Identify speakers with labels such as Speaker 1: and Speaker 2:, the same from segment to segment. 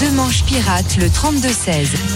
Speaker 1: Demanche pirate le 32-16.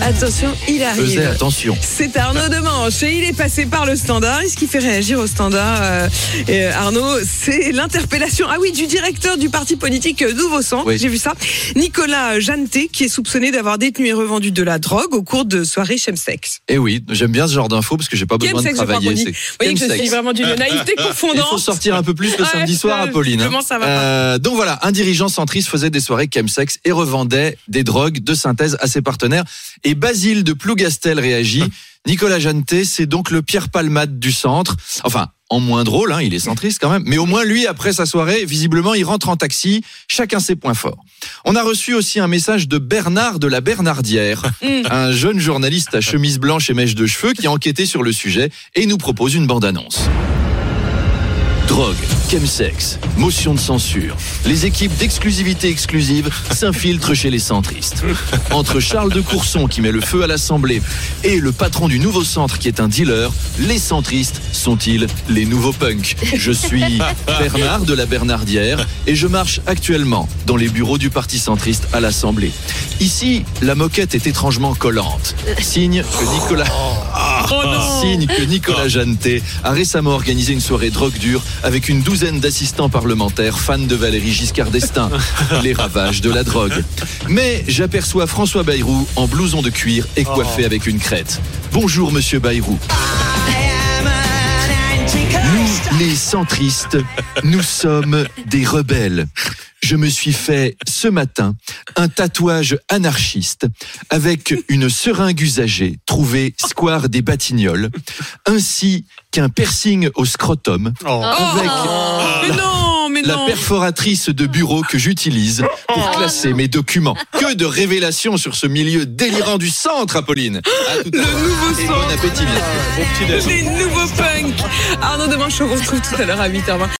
Speaker 2: Attention, il
Speaker 3: Faisais
Speaker 2: arrive.
Speaker 3: attention.
Speaker 2: C'est Arnaud Demanche et il est passé par le standard. Et ce qui fait réagir au standard, euh, euh, Arnaud, c'est l'interpellation, ah oui, du directeur du parti politique euh, Nouveau Sang,
Speaker 3: Oui.
Speaker 2: j'ai vu ça, Nicolas Jeanneté, qui est soupçonné d'avoir détenu et revendu de la drogue au cours de soirées Chemsex.
Speaker 3: Et Eh oui, j'aime bien ce genre d'infos parce que j'ai pas besoin Oh, de
Speaker 2: Chemsex, je crois qu'on
Speaker 3: travailler.
Speaker 2: dit. Vous
Speaker 3: c'est-
Speaker 2: voyez que je
Speaker 3: Chemsex.
Speaker 2: suis vraiment d'une naïveté
Speaker 3: Il faut
Speaker 2: confondante.
Speaker 3: sortir un peu plus le
Speaker 2: Ouais,
Speaker 3: samedi soir,
Speaker 2: là,
Speaker 3: Apolline. hein.
Speaker 2: comment ça va pas
Speaker 3: Euh, donc voilà, un dirigeant centriste faisait des soirées chemsex et revendait des drogues de synthèse à ses partenaires. Et Basile de Plougastel réagit. Nicolas Jeanneté, c'est donc le Pierre Palmade du centre. Enfin, en moins drôle, hein, il est centriste quand même. Mais au moins, lui, après sa soirée, visiblement, il rentre en taxi. Chacun ses points forts. On a reçu aussi un message de Bernard de la Bernardière,
Speaker 2: Hmm.
Speaker 3: un jeune journaliste à chemise blanche et mèche de cheveux qui a enquêté sur le sujet et nous propose une bande-annonce. Drogue, chemsex, motion de censure. Les équipes d'exclusivité exclusive s'infiltrent chez les centristes. Entre Charles de Courson qui met le feu à l'Assemblée et le patron du nouveau centre qui est un dealer, les centristes sont-ils les nouveaux punks Je suis Bernard de la Bernardière et je marche actuellement dans les bureaux du parti centriste à l'Assemblée. Ici, la moquette est étrangement collante. Signe que Nicolas... Signe que Nicolas Jeanneté a récemment organisé une soirée drogue dure avec une douzaine d'assistants parlementaires fans de Valérie Giscard d'Estaing. Les ravages de la drogue. Mais j'aperçois François Bayrou en blouson de cuir et coiffé avec une crête. Bonjour Monsieur Bayrou. Nous, les centristes, nous sommes des rebelles. Je me suis fait ce matin un tatouage anarchiste avec une seringue usagée trouvée square des Batignolles, ainsi qu'un piercing au scrotum avec
Speaker 2: Mais non, mais
Speaker 3: la
Speaker 2: Oh non. Oh
Speaker 3: perforatrice de bureau que j'utilise pour classer mes documents. Que de révélations sur ce milieu délirant du centre, Apolline. À tout à l'heure.
Speaker 2: nouveau
Speaker 3: Et
Speaker 2: centre.
Speaker 3: Bon appétit, bien sûr. Bon petit déj.
Speaker 2: Les nouveaux punks. Arnaud Demanche, on se retrouve tout à l'heure à 8h20.